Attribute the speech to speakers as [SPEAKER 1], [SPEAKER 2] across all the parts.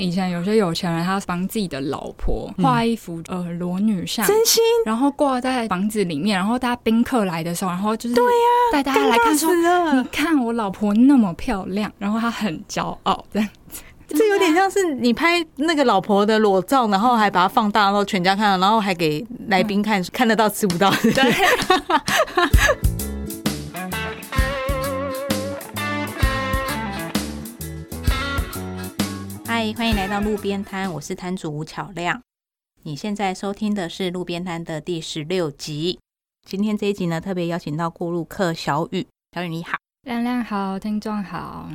[SPEAKER 1] 以前有些有钱人，他帮自己的老婆画一幅、呃裸女像，
[SPEAKER 2] 嗯真心
[SPEAKER 1] 然后挂在房子里面，然后大家宾客来的时候，然后就是
[SPEAKER 2] 对呀、
[SPEAKER 1] 带大家来
[SPEAKER 2] 尴
[SPEAKER 1] 看
[SPEAKER 2] 尬
[SPEAKER 1] 说，
[SPEAKER 2] 死
[SPEAKER 1] 你
[SPEAKER 2] 了。
[SPEAKER 1] 看我老婆那么漂亮，然后她很骄傲，这样
[SPEAKER 2] 这有点像是你拍那个老婆的裸照，然后还把它放大，然后全家看了，然后还给来宾看，看得到吃不到。对， 嗨，欢迎来到路边摊，我是摊主吴巧亮。你现在收听的是路边摊的第十六集。今天这一集呢，特别邀请到过路客小雨，小雨你好。
[SPEAKER 1] 亮亮好，听众好，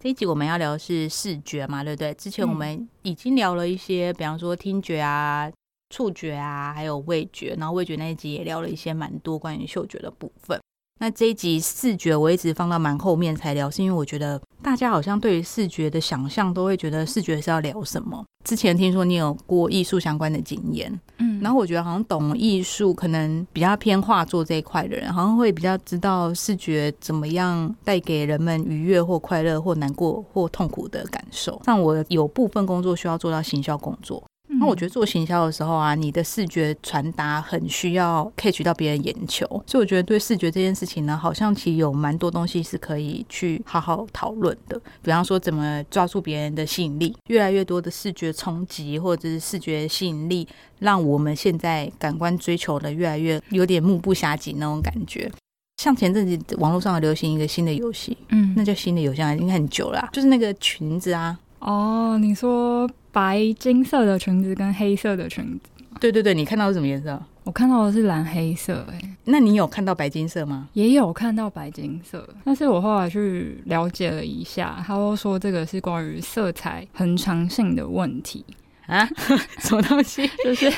[SPEAKER 2] 这一集我们要聊的是视觉嘛，对不对？之前我
[SPEAKER 1] 嗯
[SPEAKER 2] 们已经聊了一些，比方说听觉啊、触觉啊，还有味觉，然后味觉那一集也聊了一些蛮多关于嗅觉的部分。那这一集视觉我一直放到蛮后面才聊，是因为我觉得大家好像对于视觉的想象都会觉得视觉是要聊什么。之前听说你有过艺术相关的经验，
[SPEAKER 1] 嗯
[SPEAKER 2] 然后我觉得好像懂艺术，可能比较偏画作这一块的人，好像会比较知道视觉怎么样带给人们愉悦或快乐或难过或痛苦的感受。像我有部分工作需要做到行销工作，
[SPEAKER 1] 嗯
[SPEAKER 2] 那我觉得做行销的时候啊，你的视觉传达很需要 catch 到别人眼球，所以我觉得对视觉这件事情呢，好像其实有蛮多东西是可以去好好讨论的。比方说，怎么抓住别人的吸引力，越来越多的视觉冲击或者是视觉吸引力，让我们现在感官追求的越来越有点目不暇接那种感觉。像前阵子网络上有流行一个新的游戏，
[SPEAKER 1] 嗯
[SPEAKER 2] 那叫新的游戏啊，应该很久了啊、就是那个裙子啊，
[SPEAKER 1] 哦，你说白金色的裙子跟黑色的裙子，
[SPEAKER 2] 对对对，你看到是什么颜色？
[SPEAKER 1] 我看到的是蓝黑色、欸，哎，
[SPEAKER 2] 那你有看到白金色吗？
[SPEAKER 1] 也有看到白金色，但是我后来去了解了一下，他都说这个是关于色彩恒常性的问 题，
[SPEAKER 2] 啊， 什么东西？
[SPEAKER 1] 就是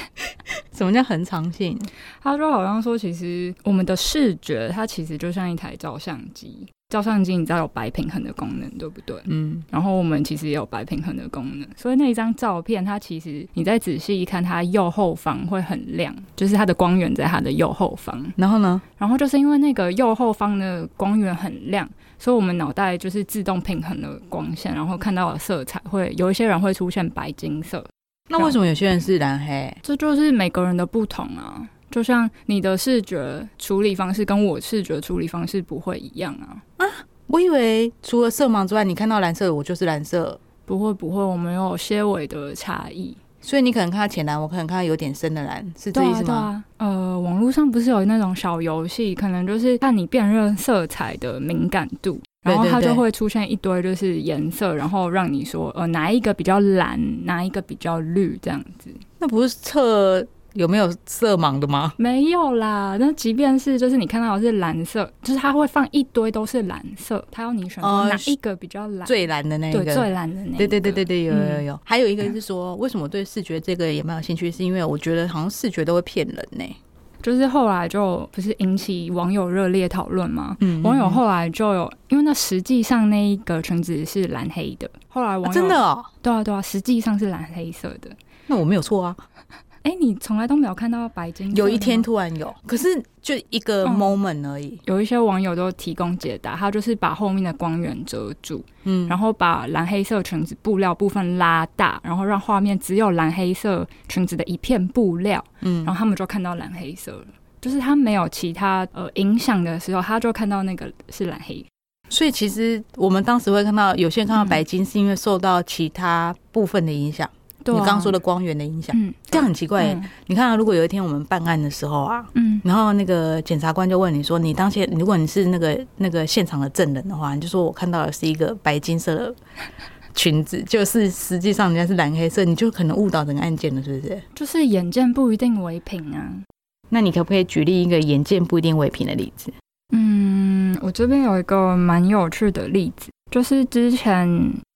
[SPEAKER 2] 什么叫恒常性？
[SPEAKER 1] 他说好像说，其实我们的视觉它其实就像一台照相机，照相机你知道有白平衡的功能，对不对？
[SPEAKER 2] 嗯，
[SPEAKER 1] 然后我们其实也有白平衡的功能，所以那一张照片，它其实你再仔细一看，它右后方会很亮，就是它的光源在它的右后方。
[SPEAKER 2] 然后呢？
[SPEAKER 1] 然后就是因为那个右后方的光源很亮，所以我们脑袋就是自动平衡了光线，然后看到的色彩会有一些人会出现白金色，
[SPEAKER 2] 那为什么有些人是蓝黑？
[SPEAKER 1] 这就是每个人的不同啊。就像你的视觉处理方式跟我视觉处理方式不会一样啊，
[SPEAKER 2] 我以为除了色盲之外，你看到蓝色的我就是蓝色，
[SPEAKER 1] 不会不会，我们有些微的差异。
[SPEAKER 2] 所以你可能看到浅蓝，我可能看到有点深的蓝，是这
[SPEAKER 1] 对
[SPEAKER 2] 意
[SPEAKER 1] 啊
[SPEAKER 2] 思
[SPEAKER 1] 对
[SPEAKER 2] 吗？
[SPEAKER 1] 啊，呃，网络上不是有那种小游戏，可能就是看你辨认色彩的敏感度，
[SPEAKER 2] 对
[SPEAKER 1] 然后
[SPEAKER 2] 对
[SPEAKER 1] 它
[SPEAKER 2] 对
[SPEAKER 1] 就会出现一堆就是颜色，然后让你说呃哪一个比较蓝，哪一个比较绿这样子。
[SPEAKER 2] 那不是测有没有色盲的吗？
[SPEAKER 1] 没有啦，那即便是就是你看到的是蓝色，就是它会放一堆都是蓝色，它要你选
[SPEAKER 2] 哦
[SPEAKER 1] 说哪一个比较蓝，
[SPEAKER 2] 最蓝的那一
[SPEAKER 1] 对
[SPEAKER 2] 个。
[SPEAKER 1] 最蓝的那一个。
[SPEAKER 2] 哦对对对对对，有有
[SPEAKER 1] 嗯
[SPEAKER 2] 有，还有一个是说，为什么对视觉这个也蛮有兴趣？是因为我觉得好像视觉都会骗人呢、
[SPEAKER 1] 就是后来就不是引起网友热烈讨论吗？
[SPEAKER 2] 嗯
[SPEAKER 1] 网友后来就有，因为那实际上那一个裙子是蓝黑的，后来网友、
[SPEAKER 2] 啊真的哦，
[SPEAKER 1] 对啊对啊，实际上是蓝黑色的。
[SPEAKER 2] 那我没有错啊。
[SPEAKER 1] 哎、你从来都没有看到白金色的吗
[SPEAKER 2] 有一天突然有，可是就一个
[SPEAKER 1] 嗯
[SPEAKER 2] moment 而已。
[SPEAKER 1] 有一些网友都提供解答，他就是把后面的光源遮住，
[SPEAKER 2] 嗯，
[SPEAKER 1] 然后把蓝黑色裙子布料部分拉大，然后让画面只有蓝黑色裙子的一片布料，
[SPEAKER 2] 嗯
[SPEAKER 1] 然后他们就看到蓝黑色了。就是他没有其他呃影响的时候，他就看到那个是蓝黑
[SPEAKER 2] 所以其实我们当时会看到有些人看到
[SPEAKER 1] 嗯
[SPEAKER 2] 白金，是因为受到其他部分的影响，
[SPEAKER 1] 对啊
[SPEAKER 2] 你刚刚说的光源的影响，
[SPEAKER 1] 嗯，
[SPEAKER 2] 这样很奇怪耶、
[SPEAKER 1] 嗯
[SPEAKER 2] 你看、啊，如果有一天我们办案的时候啊。
[SPEAKER 1] 嗯，
[SPEAKER 2] 然后那个检察官就问你说：“你当前，如果你是那个那个现场的证人的话，你就说我看到的是一个白金色的裙子，就是实际上人家是蓝黑色，你就可能误导整个案件了，是不是？
[SPEAKER 1] 就是眼见不一定为凭啊。
[SPEAKER 2] 那你可不可以举例一个眼见不一定为凭的例子？
[SPEAKER 1] 嗯，我这边有一个蛮有趣的例子，就是之前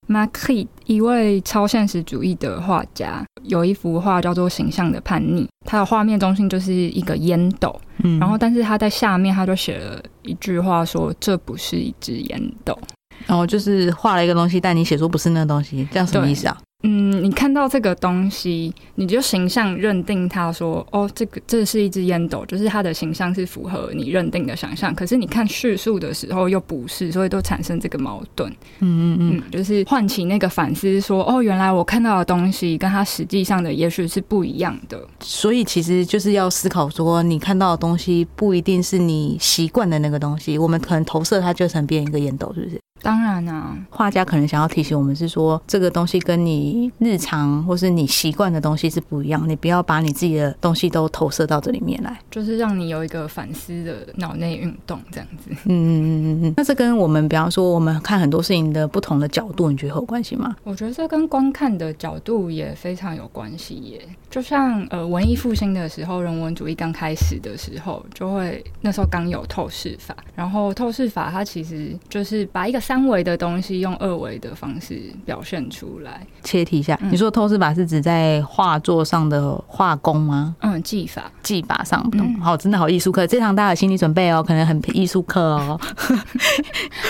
[SPEAKER 1] Mark Heed 一位超现实主义的画家，有一幅画叫做《形象的叛逆》，它的画面中心就是一个烟斗，
[SPEAKER 2] 嗯
[SPEAKER 1] 然后但是他在下面他就写了一句话说：“这不是一只烟斗。”
[SPEAKER 2] 哦然后就是画了一个东西，但你写说不是那个东西，这样什么
[SPEAKER 1] 对
[SPEAKER 2] 意思啊？
[SPEAKER 1] 嗯，你看到这个东西，你就形象认定它说，哦，这个这是一只烟斗，就是它的形象是符合你认定的想象。可是你看叙述的时候又不是，所以都产生这个矛盾。
[SPEAKER 2] 嗯嗯
[SPEAKER 1] 嗯，就是唤起那个反思说，哦，原来我看到的东西跟它实际上的也许是不一样的。
[SPEAKER 2] 所以其实就是要思考说，你看到的东西不一定是你习惯的那个东西，我们可能投射它就成变一个烟斗，是不是？
[SPEAKER 1] 当然啊，
[SPEAKER 2] 画家可能想要提醒我们是说，这个东西跟你日常或是你习惯的东西是不一样，你不要把你自己的东西都投射到这里面来。
[SPEAKER 1] 就是让你有一个反思的脑内运动这样子。
[SPEAKER 2] 嗯嗯嗯嗯嗯。那这跟我们比方说，我们看很多事情的不同的角度，你觉得有关系吗？
[SPEAKER 1] 我觉得这跟观看的角度也非常有关系耶。就像呃，文艺复兴的时候，人文主义刚开始的时候，就会那时候刚有透视法，然后透视法它其实就是把一个三维的东西用二维的方式表现出来。
[SPEAKER 2] 切题一下，
[SPEAKER 1] 嗯
[SPEAKER 2] 你说透视法是指在画作上的画工吗？
[SPEAKER 1] 嗯，技法
[SPEAKER 2] 技法上不懂，
[SPEAKER 1] 嗯
[SPEAKER 2] 好，真的好艺术课，这堂大家有心理准备哦，可能很艺术课哦。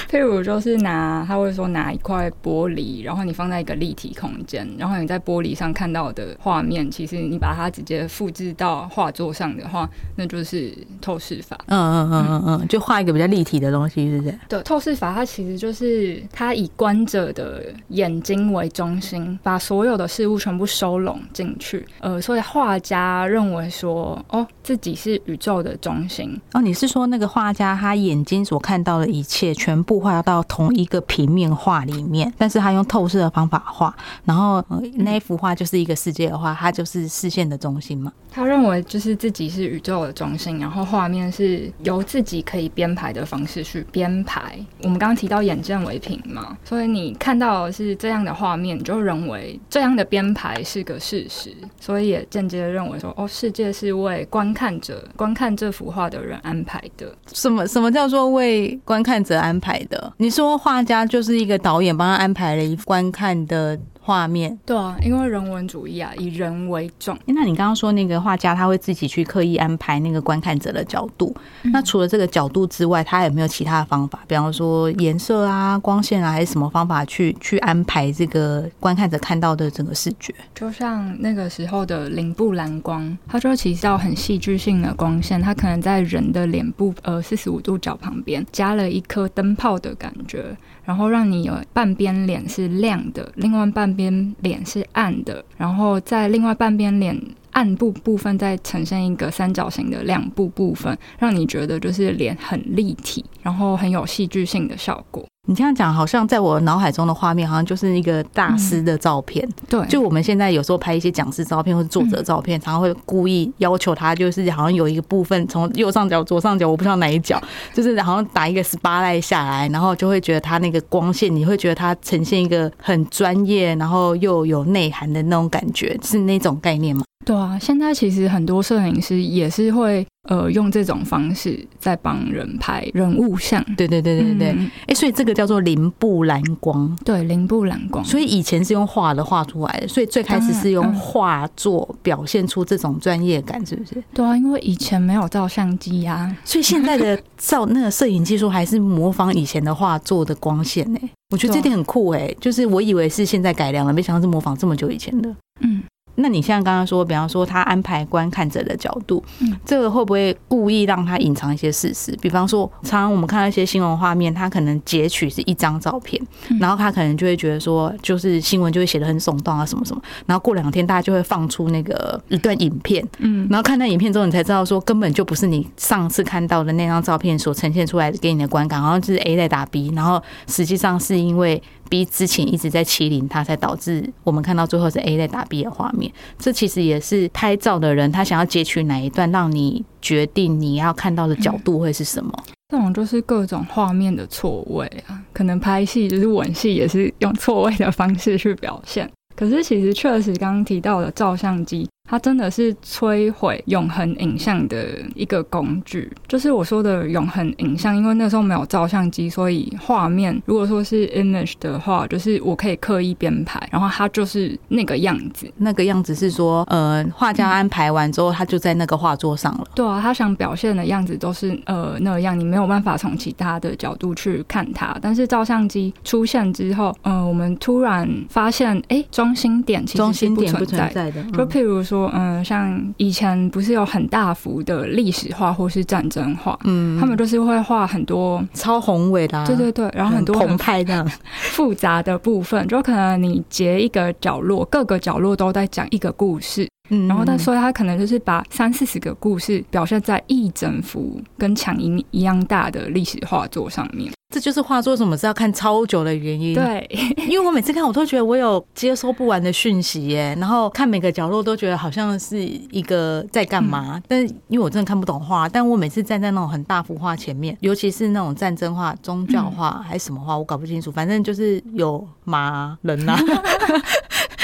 [SPEAKER 1] 譬如就是拿，他会说拿一块玻璃，然后你放在一个立体空间，然后你在玻璃上看到的画面，其实你把它直接复制到画作上的话，那就是透视法。
[SPEAKER 2] 嗯嗯嗯嗯嗯，就画一个比较立体的东西，是不是？
[SPEAKER 1] 对，透视法它其实就是它以观者的眼睛为中心，把所有的事物全部收拢进去。呃，所以画家认为说，哦，自己是宇宙的中心，
[SPEAKER 2] 哦，你是说那个画家他眼睛所看到的一切全部画到同一个平面画里面，但是他用透视的方法画，然后、呃那一幅画就是一个世界的画，它就是视线的中心嘛。
[SPEAKER 1] 他认为就是自己是宇宙的中心，然后画面是由自己可以编排的方式去编排。我们刚刚提到眼见为凭嘛，所以你看到的是这样的画面，你就认为这样的编排是个事实，所以也间接地认为说，哦，世界是为观看者、观看这幅画的人安排的。
[SPEAKER 2] 什么什么叫做为观看者安排的？你说画家就是一个导演帮他安排了一观看的画面。
[SPEAKER 1] 对啊，因为人文主义啊，以人为重。
[SPEAKER 2] 诶那你刚刚说那个画家他会自己去刻意安排那个观看者的角度，那除了这个角度之外，他有没有其他的方法？比方说颜色啊、光线啊，还是什么方法去去安排这个观看者看到的整个视觉？
[SPEAKER 1] 就像那个时候的林布蓝光，它就起到很戏剧性的光线，它可能在人的脸部呃四十五度角旁边加了一颗灯泡的感觉，然后让你有半边脸是亮的，另外半边脸是暗的，然后在另外半边脸。暗部部分再呈现一个三角形的亮部部分，让你觉得就是脸很立体，然后很有戏剧性的效果。
[SPEAKER 2] 你这样讲，好像在我脑海中的画面，好像就是一个大师的照片。
[SPEAKER 1] 对，
[SPEAKER 2] 就我们现在有时候拍一些讲师照片或者作者照片，常常会故意要求他，就是好像有一个部分从右上角、左上角，我不知道哪一角，就是好像打一个 spotlight 下来，然后就会觉得他那个光线，你会觉得他呈现一个很专业，然后又有内涵的那种感觉，是那种概念吗？
[SPEAKER 1] 对啊，现在其实很多摄影师也是会呃用这种方式在帮人拍人物像。
[SPEAKER 2] 对对对对对，哎、
[SPEAKER 1] 嗯
[SPEAKER 2] 所以这个叫做林布蓝光。
[SPEAKER 1] 对，零布蓝光。
[SPEAKER 2] 所以以前是用画的画出来的，所以最开始是用
[SPEAKER 1] 当然嗯
[SPEAKER 2] 画作表现出这种专业感，是不是？
[SPEAKER 1] 对啊，因为以前没有照相机啊，
[SPEAKER 2] 所以现在的照那个摄影技术还是模仿以前的画作的光线呢、我觉得
[SPEAKER 1] 对啊
[SPEAKER 2] 这点很酷哎、就是我以为是现在改良了，没想到是模仿这么久以前的。
[SPEAKER 1] 嗯，
[SPEAKER 2] 那你像刚刚说，比方说他安排观看者的角度，
[SPEAKER 1] 嗯
[SPEAKER 2] 这个会不会故意让他隐藏一些事实？比方说，常常我们看到一些新闻画面，他可能截取是一张照片，
[SPEAKER 1] 嗯
[SPEAKER 2] 然后他可能就会觉得说，就是新闻就会写的很耸动啊，什么什么，然后过两天大家就会放出那个一段影片，
[SPEAKER 1] 嗯，
[SPEAKER 2] 然后看那影片之后，你才知道说根本就不是你上次看到的那张照片所呈现出来给你的观感，好像就是 A 在打 B，然后实际上是因为 B 之前一直在欺凌他，才导致我们看到最后是 A 在打 B 的画面。这其实也是拍照的人他想要截取哪一段，让你决定你要看到的角度会是什么。
[SPEAKER 1] 这种就是各种画面的错位啊，可能拍戏就是吻戏也是用错位的方式去表现。可是其实确实刚刚提到的照相机，它真的是摧毁永恒影像的一个工具。就是我说的永恒影像，因为那时候没有照相机，所以画面如果说是 image 的话，就是我可以刻意编排，然后它就是那个样子。
[SPEAKER 2] 那个样子是说，呃，画家安排完之后，他就在那个画作上了。
[SPEAKER 1] 对啊，他想表现的样子都是呃那样，你没有办法从其他的角度去看它。但是照相机出现之后，呃，我们突然发现，哎，中心点其实
[SPEAKER 2] 中
[SPEAKER 1] 是
[SPEAKER 2] 心点不
[SPEAKER 1] 存
[SPEAKER 2] 存
[SPEAKER 1] 在的。
[SPEAKER 2] 在的，嗯
[SPEAKER 1] 就譬如说，嗯，像以前不是有很大幅的历史画或是战争画，
[SPEAKER 2] 嗯
[SPEAKER 1] 他们就是会画很多，
[SPEAKER 2] 超宏伟的、啊，
[SPEAKER 1] 对对对，然后很多
[SPEAKER 2] 澎
[SPEAKER 1] 很
[SPEAKER 2] 湃这啊样，
[SPEAKER 1] 复杂的部分，就可能你截一个角落，各个角落都在讲一个故事，
[SPEAKER 2] 嗯
[SPEAKER 1] 然后但所以他可能就是把三四十个故事表现在一整幅跟墙一一样大的历史画作上面。
[SPEAKER 2] 这就是画作为什么是要看超久的原因。，啊
[SPEAKER 1] 对，啊
[SPEAKER 2] 因为我每次看我都觉得我有接收不完的讯息耶，然后看每个角落都觉得好像是一个在干嘛，但是因为我真的看不懂画，但我每次站在那种很大幅画前面，尤其是那种战争画、宗教画还是什么画，我搞不清楚，反正就是有马人啊。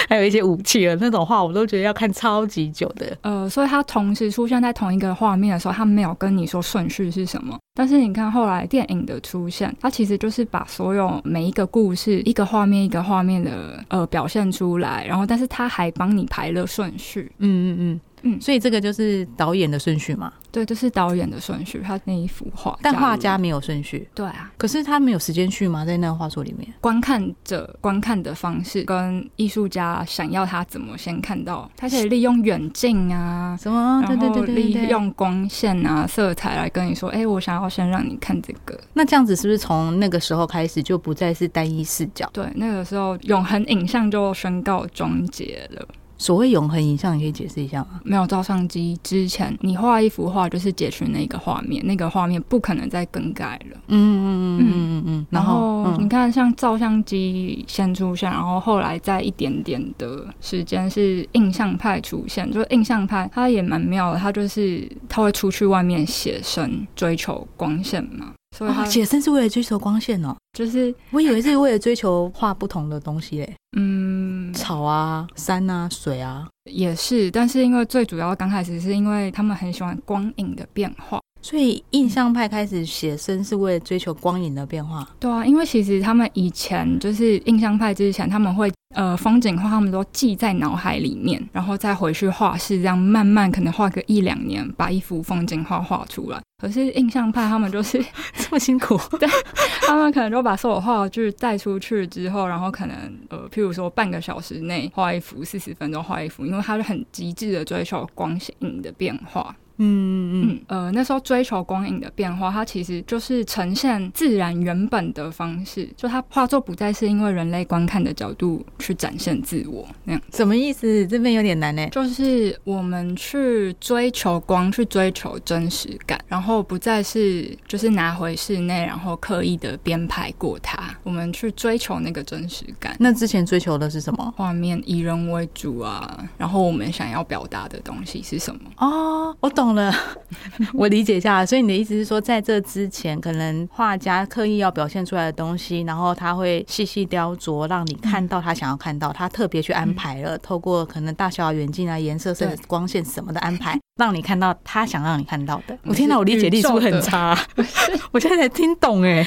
[SPEAKER 2] 还有一些武器啊，那种画我都觉得要看超级久的。
[SPEAKER 1] 呃，所以它同时出现在同一个画面的时候，它没有跟你说顺序是什么。但是你看后来电影的出现，它其实就是把所有每一个故事、一个画面一个画面的呃表现出来，然后但是它还帮你排了顺序。
[SPEAKER 2] 嗯嗯嗯，
[SPEAKER 1] 嗯
[SPEAKER 2] 所以这个就是导演的顺序嘛，
[SPEAKER 1] 对，这、是导演的顺序，他那一幅画。
[SPEAKER 2] 但画
[SPEAKER 1] 加
[SPEAKER 2] 家
[SPEAKER 1] 入
[SPEAKER 2] 没有顺序，
[SPEAKER 1] 对啊，
[SPEAKER 2] 可是他没有时间序吗？在那个画作里面，
[SPEAKER 1] 观看者观看的方式跟艺术家想要他怎么先看到，他可以利用远近啊。
[SPEAKER 2] 什么？哦对
[SPEAKER 1] 然
[SPEAKER 2] 对
[SPEAKER 1] 后
[SPEAKER 2] 对对
[SPEAKER 1] 利
[SPEAKER 2] 对对。
[SPEAKER 1] 用光线啊、色彩来跟你说，哎、我想要先让你看这个。
[SPEAKER 2] 那这样子是不是从那个时候开始就不再是单一视角？
[SPEAKER 1] 对，那个时候永恒影像就宣告终结了。
[SPEAKER 2] 所谓永恒影像，你可以解释一下吗？
[SPEAKER 1] 没有照相机之前，你画一幅画就是截取那个画面，那个画面不可能再更改了。
[SPEAKER 2] 嗯嗯嗯嗯嗯嗯。
[SPEAKER 1] 然
[SPEAKER 2] 然后
[SPEAKER 1] 后你
[SPEAKER 2] 嗯，
[SPEAKER 1] 看，像照相机先出现，然后后来再一点点的时间是印象派出现，就是印象派它也蛮妙的，它就是它会出去外面写生，追求光线嘛，所以它
[SPEAKER 2] 哦，写生是为了追求光线哦。
[SPEAKER 1] 就是
[SPEAKER 2] 我以为是为了追求画不同的东西嘞，
[SPEAKER 1] 嗯
[SPEAKER 2] 草啊、山啊、水啊，
[SPEAKER 1] 也是，但是因为最主要刚开始是因为他们很喜欢光影的变化。
[SPEAKER 2] 所以印象派开始写生是为了追求光影的变化。
[SPEAKER 1] 对啊，因为其实他们以前就是印象派之前，他们会呃风景画，他们都记在脑海里面，然后再回去画室，这样慢慢可能画个一两年，把一幅风景画画出来。可是印象派他们就是，
[SPEAKER 2] 这么辛苦，
[SPEAKER 1] 他们可能就把所有画具带出去之后，然后可能呃，譬如说半个小时内画一幅，四十分钟画一幅，因为他是很极致的追求光影的变化。
[SPEAKER 2] 嗯嗯嗯，
[SPEAKER 1] 嗯，呃，那时候追求光影的变化，它其实就是呈现自然原本的方式，就它画作不再是因为人类观看的角度去展现自我那样，
[SPEAKER 2] 什么意思？这边有点难呢。
[SPEAKER 1] 就是我们去追求光，去追求真实感，然后不再是就是拿回室内，然后刻意的编排过它，我们去追求那个真实感。
[SPEAKER 2] 那之前追求的是什么？
[SPEAKER 1] 画面以人为主啊，然后我们想要表达的东西是什么？
[SPEAKER 2] 哦，我懂了， 我理解一下了。所以你的意思是说，在这之前，可能画家刻意要表现出来的东西，然后他会细细雕琢，让你看到他想要看到，他特别去安排了，透过可能大小啊、远近啊、颜色、色
[SPEAKER 1] 对、
[SPEAKER 2] 光线什么的安排，让你看到他想让你看到的。
[SPEAKER 1] 我
[SPEAKER 2] 我天哪，
[SPEAKER 1] 是
[SPEAKER 2] 我理解力是不是
[SPEAKER 1] 宇宙的
[SPEAKER 2] 很 差？ 我现在才听懂哎。
[SPEAKER 1] 嗯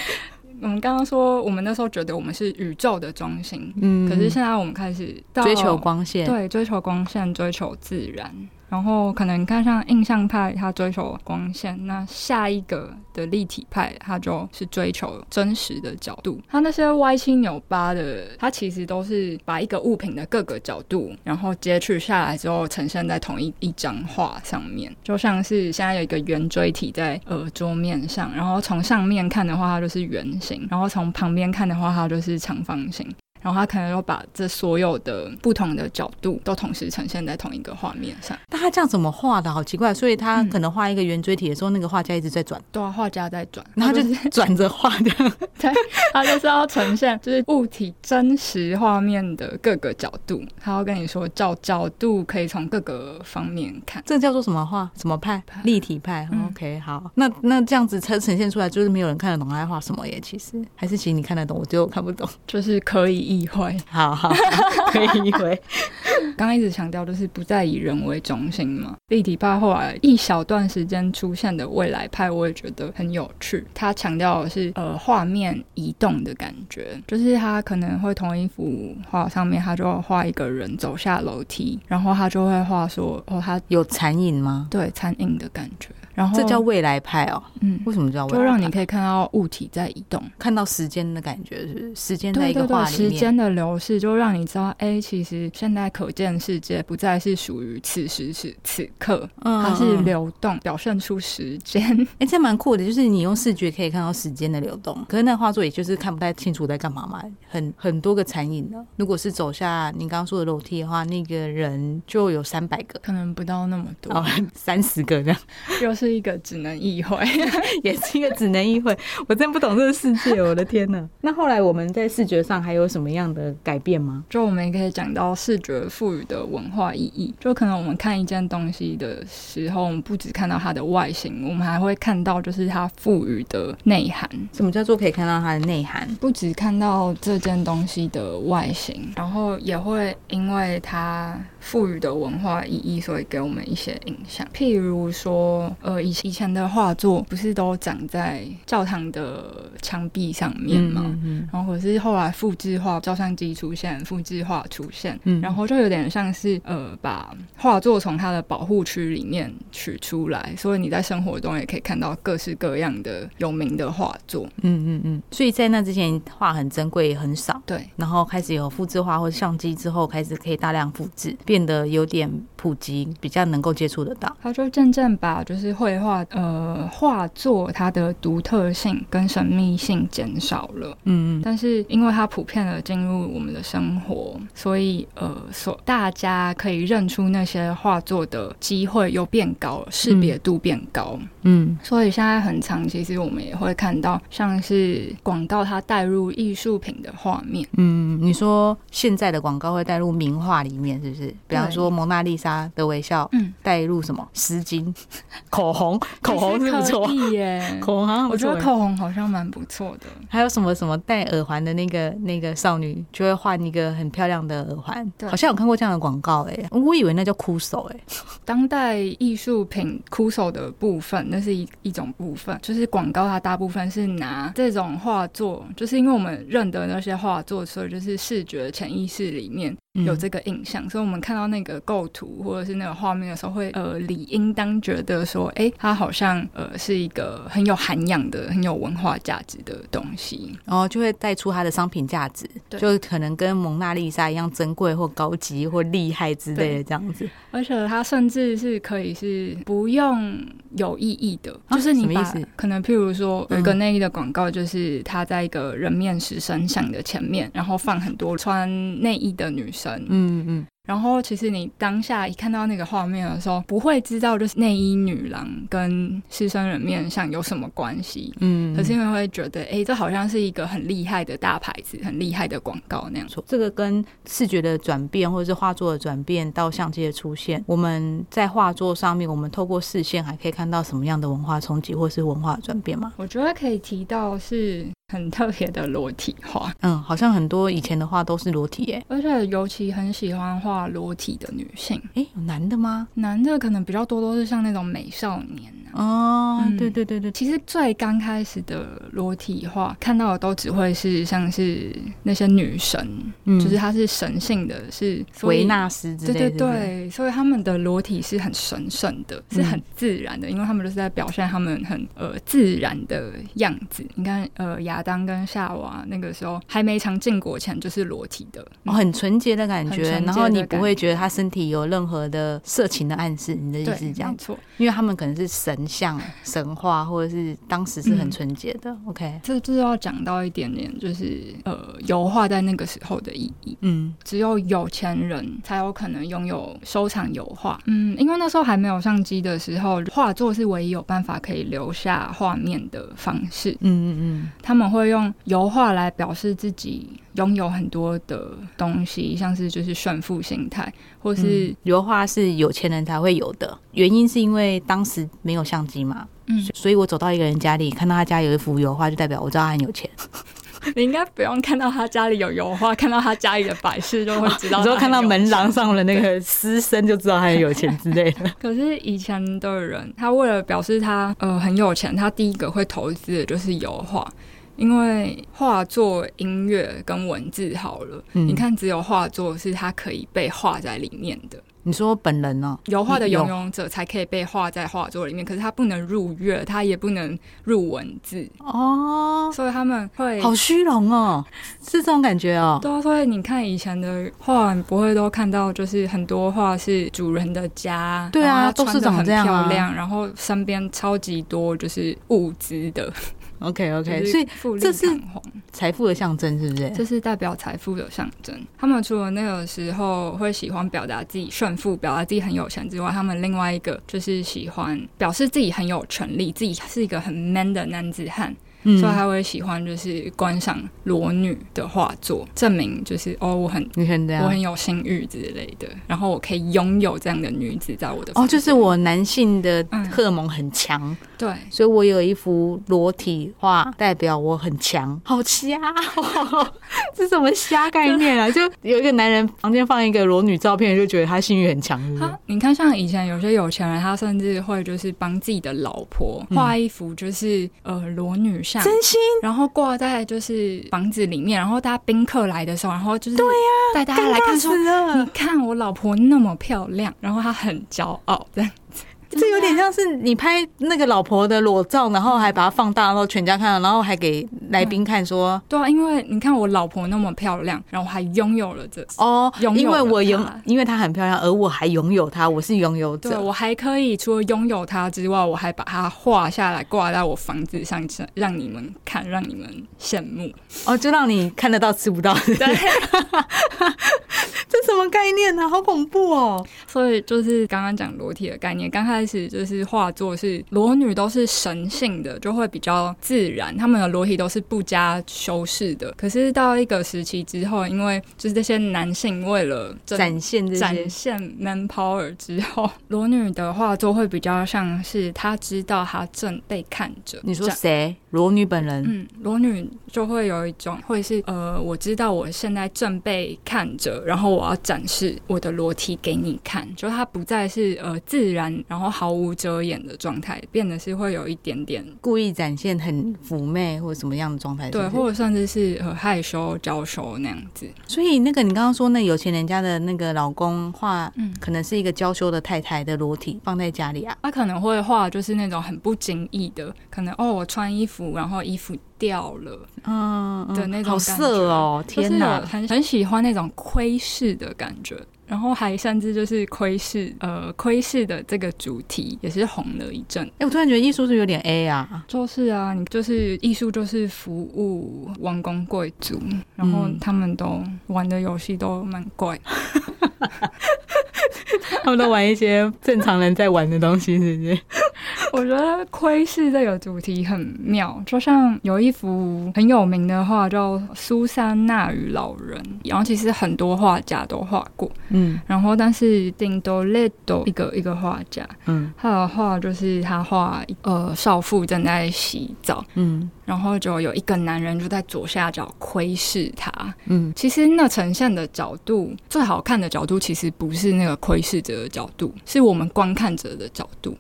[SPEAKER 1] 我们刚刚说，我们那时候觉得我们是宇宙的中心，
[SPEAKER 2] 嗯
[SPEAKER 1] 可是现在我们开始到
[SPEAKER 2] 追求，光线，
[SPEAKER 1] 对，追求光线，追求自然。然后可能你看像印象派，他追求光线，那下一个的立体派，他就是追求真实的角度。他那些歪七扭八的，他其实都是把一个物品的各个角度，然后截取下来之后，呈现在同一一张画上面。就像是现在有一个圆锥体在呃桌面上，然后从上面看的话，它就是圆形；然后从旁边看的话，它就是长方形。然后他可能又把这所有的不同的角度都同时呈现在同一个画面上。
[SPEAKER 2] 那他这样怎么画的？好奇怪。所以他
[SPEAKER 1] 嗯
[SPEAKER 2] 可能画一个圆锥体的时候，那个画家一直在转，
[SPEAKER 1] 对啊，画家在转，
[SPEAKER 2] 然后
[SPEAKER 1] 他
[SPEAKER 2] 他
[SPEAKER 1] 就
[SPEAKER 2] 就是转着画这样。
[SPEAKER 1] 他就是要呈现就是物体真实画面的各个角度，他要跟你说角角度可以从各个方面看。
[SPEAKER 2] 这叫做什么画？什么派？立体派。
[SPEAKER 1] 嗯
[SPEAKER 2] OK，好，那那这样子才呈现出来，就是没有人看得懂他在画什么耶。其实还是其实 你看得懂，我只有看不懂。
[SPEAKER 1] 就是可以意会。
[SPEAKER 2] 好好，可以一回。
[SPEAKER 1] 刚刚一直强调就是不再以人为中心嘛。立体派后来一小段时间出现的未来派，我也觉得很有趣。它强调的是呃画面移动的感觉，就是它可能会同一幅画上面，它就会画一个人走下楼梯，然后它就会画说哦他
[SPEAKER 2] 有残影吗？
[SPEAKER 1] 对餐饮的感觉，然后
[SPEAKER 2] 这叫未来派哦。
[SPEAKER 1] 嗯，
[SPEAKER 2] 为什么叫未
[SPEAKER 1] 就
[SPEAKER 2] 来派？
[SPEAKER 1] 让你可以看到物体在移动。
[SPEAKER 2] 看到时间的感觉，是不是时间在
[SPEAKER 1] 对
[SPEAKER 2] 一
[SPEAKER 1] 对
[SPEAKER 2] 个画
[SPEAKER 1] 对，
[SPEAKER 2] 里
[SPEAKER 1] 时
[SPEAKER 2] 面。
[SPEAKER 1] 间的流逝就让你知道，哎、其实现在可见世界不再是属于此时此此刻，
[SPEAKER 2] 嗯
[SPEAKER 1] 它是
[SPEAKER 2] 嗯
[SPEAKER 1] 流动，表现出时间。
[SPEAKER 2] 哎、这蛮酷的，就是你用视觉可以看到时间的流动，可是那画作也就是看不太清楚在干嘛嘛，很很多个残影的。如果是走下你刚刚说的楼梯的话，那个人就有三百个。
[SPEAKER 1] 可能不到那么多，
[SPEAKER 2] 哦，三十个这样，
[SPEAKER 1] 又是一个只能意会。
[SPEAKER 2] 也是一个只能意会。我真不懂这个世界，我的天呐！那后来我们在视觉上还有什么样的改变吗？
[SPEAKER 1] 就我们也可以讲到视觉赋予的文化意义，就可能我们看一件东西的时候，我们不只看到它的外形，我们还会看到就是它赋予的内涵。
[SPEAKER 2] 什么叫做可以看到它的内涵？
[SPEAKER 1] 不只看到这件东西的外形，然后也会因为它赋予的文化意义，所以给我们一些影响。譬如说，呃，以以前的画作不是都长在教堂的墙壁上面吗？
[SPEAKER 2] 嗯
[SPEAKER 1] 然后可是后来复制画照相机出现，复制画出现，
[SPEAKER 2] 嗯
[SPEAKER 1] 然后就有点像是呃，把画作从它的保护区里面取出来，所以你在生活中也可以看到各式各样的有名的画作。
[SPEAKER 2] 嗯嗯嗯。所以在那之前，画很珍贵，也很少。
[SPEAKER 1] 对，
[SPEAKER 2] 然后开始有复制画或相机之后，开始可以大量复制，变得有点普及，比较能够接触得到。
[SPEAKER 1] 他就渐渐把就是绘画呃画作它的独特性跟神秘性减少了，
[SPEAKER 2] 嗯嗯，
[SPEAKER 1] 但是因为它普遍的进入我们的生活，所以呃所大家可以认出那些画作的机会又变高了，识别度变高，
[SPEAKER 2] 嗯
[SPEAKER 1] 所以现在很常其实我们也会看到像是广告它带入艺术品的画面，
[SPEAKER 2] 嗯，你说现在的广告会带入名画里面，是不是？比方说《蒙娜丽莎的微笑》，
[SPEAKER 1] 嗯，
[SPEAKER 2] 带入什么湿巾、 口 红，口红是不错
[SPEAKER 1] 可，以耶。
[SPEAKER 2] 口红好像
[SPEAKER 1] 我
[SPEAKER 2] 不
[SPEAKER 1] 觉
[SPEAKER 2] 错
[SPEAKER 1] 得。口红好像蛮不错的，
[SPEAKER 2] 还有什么什么戴耳环的那个那个少女，就会换一个很漂亮的耳环，
[SPEAKER 1] 对
[SPEAKER 2] 好像有看过这样的广告哎、我以为那叫哭手哎、
[SPEAKER 1] 当代艺术品枯手的部分，那是一一种部分，就是广告它大部分是拿这种画作，就是因为我们认得那些画作，所以就是视觉潜意识里面
[SPEAKER 2] 嗯
[SPEAKER 1] 有这个印象，所以我们看到那个构图或者是那个画面的时候会，呃理应当觉得说，诶，它好像呃是一个很有涵养的、很有文化价值的东西。
[SPEAKER 2] 然哦后就会带出它的商品价值，
[SPEAKER 1] 对
[SPEAKER 2] 就可能跟蒙娜丽莎一样珍贵或高级或厉害之类的这样子。
[SPEAKER 1] 而且它甚至是可以是不用有意义的，
[SPEAKER 2] 啊
[SPEAKER 1] 就是你把
[SPEAKER 2] 什么意思
[SPEAKER 1] 可能譬如说
[SPEAKER 2] 嗯
[SPEAKER 1] 有一个内衣的广告，就是它在一个人面石神像的前面，然后放很多穿内衣的女生，
[SPEAKER 2] 嗯嗯，
[SPEAKER 1] 然后其实你当下一看到那个画面的时候，不会知道就是内衣女郎跟狮身人面像有什么关系。
[SPEAKER 2] 嗯
[SPEAKER 1] 可是因为会觉得，哎、这好像是一个很厉害的大牌子，很厉害的广告那样。
[SPEAKER 2] 错这个跟视觉的转变，或者是画作的转变到相机的出现，我们在画作上面，我们透过视线还可以看到什么样的文化冲击，或是文化的转变吗？
[SPEAKER 1] 我觉得可以提到是很特别的裸体画，
[SPEAKER 2] 嗯，好像很多以前的画都是裸体耶、
[SPEAKER 1] 而且尤其很喜欢画裸体的女性，
[SPEAKER 2] 诶，有男的吗？
[SPEAKER 1] 男的可能比较多都是像那种美少年啊。
[SPEAKER 2] 哦，
[SPEAKER 1] 嗯
[SPEAKER 2] 对对对对，
[SPEAKER 1] 其实最刚开始的裸体画看到的都只会是像是那些女神，
[SPEAKER 2] 嗯
[SPEAKER 1] 就是她是神性的，是所以
[SPEAKER 2] 维纳斯
[SPEAKER 1] 对
[SPEAKER 2] 之类的
[SPEAKER 1] 对，对，所以他们的裸体是很神圣的，
[SPEAKER 2] 嗯
[SPEAKER 1] 是很自然的，因为他们就是在表现他们很呃自然的样子。你看，呃，亚当跟夏娃那个时候还没尝禁果前就是裸体的，
[SPEAKER 2] 哦，很纯洁的感
[SPEAKER 1] 很
[SPEAKER 2] 觉
[SPEAKER 1] 纯，洁
[SPEAKER 2] 然后
[SPEAKER 1] 的
[SPEAKER 2] 你
[SPEAKER 1] 感
[SPEAKER 2] 不会觉得他身体有任何的色情的暗示，你的意
[SPEAKER 1] 对，
[SPEAKER 2] 思是这样
[SPEAKER 1] 没？错。
[SPEAKER 2] 因为他们可能是神像、神话，或者是当时是很
[SPEAKER 1] 嗯
[SPEAKER 2] 纯洁的。OK，
[SPEAKER 1] 这就是要讲到一点点，就是呃，油画在那个时候的意义，
[SPEAKER 2] 嗯
[SPEAKER 1] 只有有钱人才有可能拥有收藏油画。嗯，因为那时候还没有相机的时候，画作是唯一有办法可以留下画面的方式。
[SPEAKER 2] 嗯嗯
[SPEAKER 1] 他们会用油画来表示自己拥有很多的东西，像是就是炫富心态，或
[SPEAKER 2] 嗯，
[SPEAKER 1] 是
[SPEAKER 2] 嗯油画是有钱人才会有的，原因是因为当时没有相机嘛，
[SPEAKER 1] 嗯
[SPEAKER 2] 所以我走到一个人家里，看到他家有一幅油画，就代表我知道他很有钱。
[SPEAKER 1] 你应该不用看到他家里有油画，看到他家里的摆饰就会知道。
[SPEAKER 2] 你说看到门廊，上的那个私生就知道他很有钱之类的。
[SPEAKER 1] 可是以前的人，他为了表示他呃很有钱，他第一个会投资的就是油画。因为画作、音乐跟文字好了，
[SPEAKER 2] 嗯
[SPEAKER 1] 你看只有画作是它可以被画在里面的，
[SPEAKER 2] 你说本人呢、
[SPEAKER 1] 油画的拥有者才可以被画在画作里面，可是它不能入乐，它也不能入文字，
[SPEAKER 2] 哦？
[SPEAKER 1] 所以他们会
[SPEAKER 2] 好虚荣哦，是这种感觉哦。
[SPEAKER 1] 对啊，所以你看以前的画，你不会都看到，就是很多画是主人的家，
[SPEAKER 2] 对啊
[SPEAKER 1] 然后它
[SPEAKER 2] 都是
[SPEAKER 1] 穿得
[SPEAKER 2] 长
[SPEAKER 1] 很
[SPEAKER 2] 这样啊
[SPEAKER 1] 漂亮，然后身边超级多就是物资的
[SPEAKER 2] OK
[SPEAKER 1] 就是
[SPEAKER 2] OK，所以
[SPEAKER 1] 富丽
[SPEAKER 2] 这是
[SPEAKER 1] 堂皇
[SPEAKER 2] 财富的象征是不是？
[SPEAKER 1] 这是代表财富的象征。他们除了那个时候会喜欢表达自己炫富、表达自己很有钱之外，他们另外一个就是喜欢表示自己很有权利，自己是一个很 man 的男子汉，
[SPEAKER 2] 嗯
[SPEAKER 1] 所以他会喜欢就是观赏裸女的画作，证明就是哦，我很
[SPEAKER 2] 你看这
[SPEAKER 1] 我
[SPEAKER 2] 样
[SPEAKER 1] 很有性欲之类的，然后我可以拥有这样的女子在我的
[SPEAKER 2] 哦，
[SPEAKER 1] 房
[SPEAKER 2] 就是
[SPEAKER 1] 间
[SPEAKER 2] 我男性的
[SPEAKER 1] 嗯
[SPEAKER 2] 荷尔蒙很强，
[SPEAKER 1] 对，
[SPEAKER 2] 所以我有一幅裸体画，代表我很强。好瞎哦， 这什么瞎概念 啊？就有一个男人房间放一个裸女照片，就觉得他性欲很强，是不是
[SPEAKER 1] 他你看，像以前有些有钱人，他甚至会就是帮自己的老婆
[SPEAKER 2] 嗯
[SPEAKER 1] 画一幅就是、呃裸女像，
[SPEAKER 2] 真心
[SPEAKER 1] 然后挂在就是房子里面，然后大家宾客来的时候，然后就是对呀、带大家
[SPEAKER 2] 尴
[SPEAKER 1] 来
[SPEAKER 2] 尬
[SPEAKER 1] 看说，
[SPEAKER 2] 死
[SPEAKER 1] 你
[SPEAKER 2] 了。
[SPEAKER 1] 看我老婆那么漂亮，然后她很骄傲，这样
[SPEAKER 2] 这有点像是你拍那个老婆的裸照，然后还把它放大，然后全家看到，然后还给来宾看说。
[SPEAKER 1] 对啊，因为你看我老婆那么漂亮，然后我还拥有了这。
[SPEAKER 2] 哦，
[SPEAKER 1] 拥有
[SPEAKER 2] 因为我
[SPEAKER 1] 了
[SPEAKER 2] 拥
[SPEAKER 1] 她，
[SPEAKER 2] 因为她很漂亮，而我还拥有她，我是拥有
[SPEAKER 1] 对，
[SPEAKER 2] 者。
[SPEAKER 1] 我还可以除了拥有它之外，我还把它画下来挂在我房子上，让你们看，让你们羡慕。
[SPEAKER 2] 哦，就让你看得到吃不到，这
[SPEAKER 1] 对，
[SPEAKER 2] 什么概念呢、啊？好恐怖哦！
[SPEAKER 1] 所以就是刚刚讲裸体的概念，刚开始就是画作是裸女都是神性的，就会比较自然，她们的裸体都是不加修饰的。可是到一个时期之后，因为就是这些男性为了争
[SPEAKER 2] 展现这些
[SPEAKER 1] 展现 man power 之后，裸女的画作会比较像是她知道她正被看着。
[SPEAKER 2] 你说
[SPEAKER 1] 这样
[SPEAKER 2] 谁？裸女本人？
[SPEAKER 1] 嗯，裸女就会有一种，会是呃，我知道我现在正被看着，然后我要展示我的裸体给你看，就它不再是呃自然，然后毫无遮掩的状态，变得是会有一点点
[SPEAKER 2] 故意展现很妩媚或者什么样的状态？
[SPEAKER 1] 对，
[SPEAKER 2] 是不是
[SPEAKER 1] 或者甚至是呃害羞、娇羞那样子。
[SPEAKER 2] 所以那个你刚刚说那有钱人家的那个老公画，
[SPEAKER 1] 嗯
[SPEAKER 2] 可能是一个娇羞的太太的裸体放在家里啊。
[SPEAKER 1] 他可能会画就是那种很不经意的，可能哦，我穿衣服，然后衣服掉了，
[SPEAKER 2] 嗯，嗯
[SPEAKER 1] 的那种
[SPEAKER 2] 好色哦！天
[SPEAKER 1] 哪，
[SPEAKER 2] 哪
[SPEAKER 1] 就是有，很很喜欢那种窥视的感觉，然后还甚至就是窥视，呃，窥视的这个主题也是红了一阵。
[SPEAKER 2] 哎、我突然觉得艺术是有点 A 啊。
[SPEAKER 1] 就是啊，你就是艺术，就是服务王公贵族，然后
[SPEAKER 2] 嗯
[SPEAKER 1] 他们都玩的游戏都蛮 怪。
[SPEAKER 2] 他们都玩一些正常人在玩的东西，是不是？
[SPEAKER 1] 我觉得窥视这个主题很妙，就像有一幅很有名的画叫《苏珊娜与老人》，然后其实很多画家都画过，
[SPEAKER 2] 嗯
[SPEAKER 1] 然后但是顶多列都一个一个画家，
[SPEAKER 2] 嗯
[SPEAKER 1] 他的画就是他画呃少妇正在洗澡，
[SPEAKER 2] 嗯
[SPEAKER 1] 然后就有一个男人就在左下角窥视她。
[SPEAKER 2] 嗯，
[SPEAKER 1] 其实那呈现的角度，最好看的角度其实不是那个窥视者的角度，是我们观看者的角度。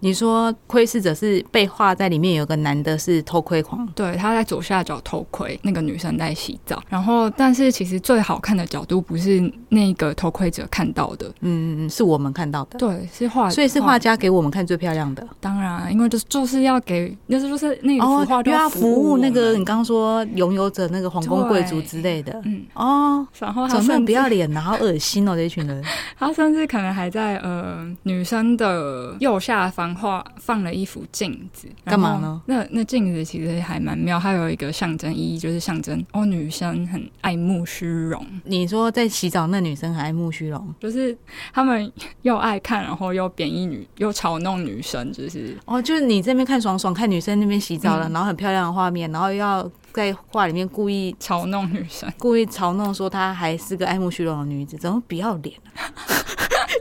[SPEAKER 2] 你说窥视者是被画在里面，有个男的是偷窥狂，
[SPEAKER 1] 对，他在左下角偷窥那个女生在洗澡，然后但是其实最好看的角度不是那个偷窥者看到的，
[SPEAKER 2] 嗯嗯嗯，是我们看到的，
[SPEAKER 1] 对，是画，
[SPEAKER 2] 所以是画家给我们看最漂亮的。
[SPEAKER 1] 当然啊，因为就是就是要给，就是就是那
[SPEAKER 2] 哦
[SPEAKER 1] 幅，画就
[SPEAKER 2] 又要服
[SPEAKER 1] 服
[SPEAKER 2] 务
[SPEAKER 1] 我
[SPEAKER 2] 那个
[SPEAKER 1] 们
[SPEAKER 2] 你刚刚说拥有者那个皇宫贵族之类的。
[SPEAKER 1] 嗯，
[SPEAKER 2] 哦，
[SPEAKER 1] 然后他
[SPEAKER 2] 怎么那
[SPEAKER 1] 甚
[SPEAKER 2] 么不
[SPEAKER 1] 至
[SPEAKER 2] 要脸呐，好恶心哦，这一群 人。
[SPEAKER 1] 他甚至可能还在呃女生的右下方画放了一幅镜子，然后
[SPEAKER 2] 干嘛呢？
[SPEAKER 1] 那那镜子其实还蛮妙，它有一个象征意义，就是象征哦女生很爱慕虚荣，
[SPEAKER 2] 你说在洗澡那女生很爱慕虚荣，
[SPEAKER 1] 就是他们又爱看，然后又贬义女，又嘲弄女生，就是
[SPEAKER 2] 哦，就是你这边看爽爽，看女生那边洗澡了，
[SPEAKER 1] 嗯
[SPEAKER 2] 然后很漂亮的画面，然后又要在画里面故意
[SPEAKER 1] 嘲弄女生。
[SPEAKER 2] 故意嘲弄说她还是个爱慕虚荣的女子，怎么不要脸啊？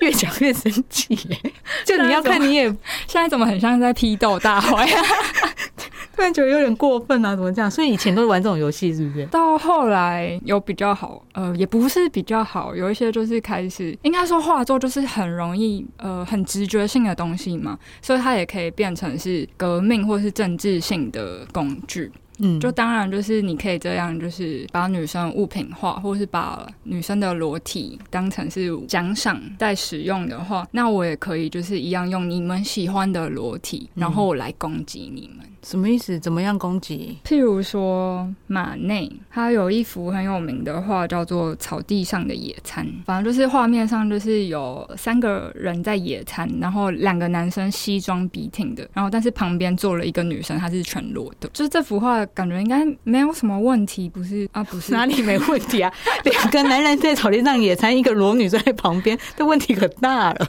[SPEAKER 2] 越讲越生气耶！就你要看你也
[SPEAKER 1] 现在怎么很像在批斗大会啊？
[SPEAKER 2] 突然觉得有点过分啊，怎么这样？所以以前都是玩这种游戏，是不是？
[SPEAKER 1] 到后来有比较好，呃，也不是比较好，有一些就是开始，应该说画作就是很容易，呃，很直觉性的东西嘛，所以它也可以变成是革命或是政治性的工具。
[SPEAKER 2] 嗯，
[SPEAKER 1] 就当然就是你可以这样，就是把女生物品化，或是把女生的裸体当成是奖赏在使用的话，那我也可以就是一样用你们喜欢的裸体，然后来攻击你们。
[SPEAKER 2] 什么意思？怎么样攻击？
[SPEAKER 1] 譬如说马内，他有一幅很有名的画叫做《草地上的野餐》，反正就是画面上就是有三个人在野餐，然后两个男生西装笔挺的，然后但是旁边坐了一个女生，她是全裸的。就是这幅画感觉应该没有什么问题，不是啊？不是
[SPEAKER 2] 哪里没问题啊？两个男人在草地上野餐，一个裸女在旁边，这问题可大了。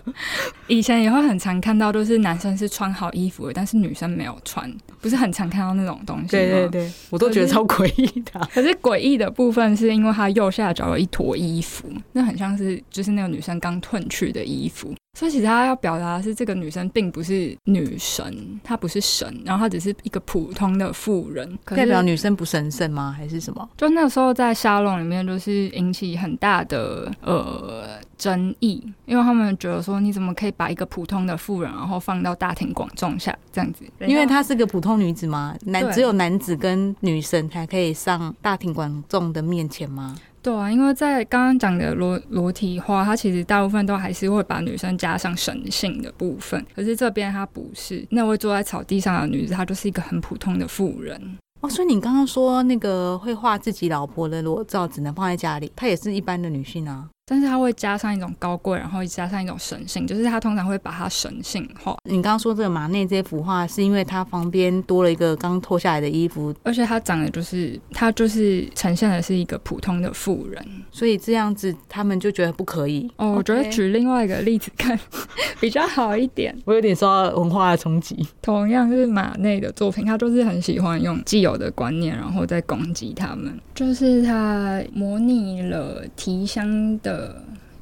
[SPEAKER 1] 以前也会很常看到，就是男生是穿好衣服的，但是女生没有穿，不是很常看到那种东西吗？
[SPEAKER 2] 对对对，我都觉得超诡异的 啊。
[SPEAKER 1] 可是诡异的部分是因为他右下角有一坨衣服，那很像是就是那个女生刚褪去的衣服。所以其实他要表达的是，这个女生并不是女神，她不是神，然后她只是一个普通的妇人。可是
[SPEAKER 2] 代表女生不神圣吗？还是什么？
[SPEAKER 1] 就那时候在沙龙里面，就是引起很大的呃争议，因为他们觉得说，你怎么可以把一个普通的妇人，然后放到大庭广众下这样子？
[SPEAKER 2] 因为她是个普通女子嘛，男
[SPEAKER 1] 对
[SPEAKER 2] 只有男子跟女生才可以上大庭广众的面前吗？
[SPEAKER 1] 对啊，因为在刚刚讲的裸裸体化，它其实大部分都还是会把女生加上神性的部分，可是这边它不是。那位坐在草地上的女子，她就是一个很普通的妇人。
[SPEAKER 2] 哦，所以你刚刚说那个会画自己老婆的裸照只能放在家里，她也是一般的女性啊。
[SPEAKER 1] 但是她会加上一种高贵，然后加上一种神性，就是她通常会把它神性化，
[SPEAKER 2] 你刚刚说这个马内这幅画，是因为它旁边多了一个刚脱下来的衣服，
[SPEAKER 1] 而且她长得就是她就是呈现的是一个普通的妇人。
[SPEAKER 2] 所以这样子他们就觉得不可以。
[SPEAKER 1] 哦，我觉得
[SPEAKER 2] OK
[SPEAKER 1] 举另外一个例子看 比较好一点。
[SPEAKER 2] 我有点受到文化的冲击。
[SPEAKER 1] 同样是马内的作品，他就是很喜欢用既有的观念，然后再攻击他们。就是他模拟了提香的。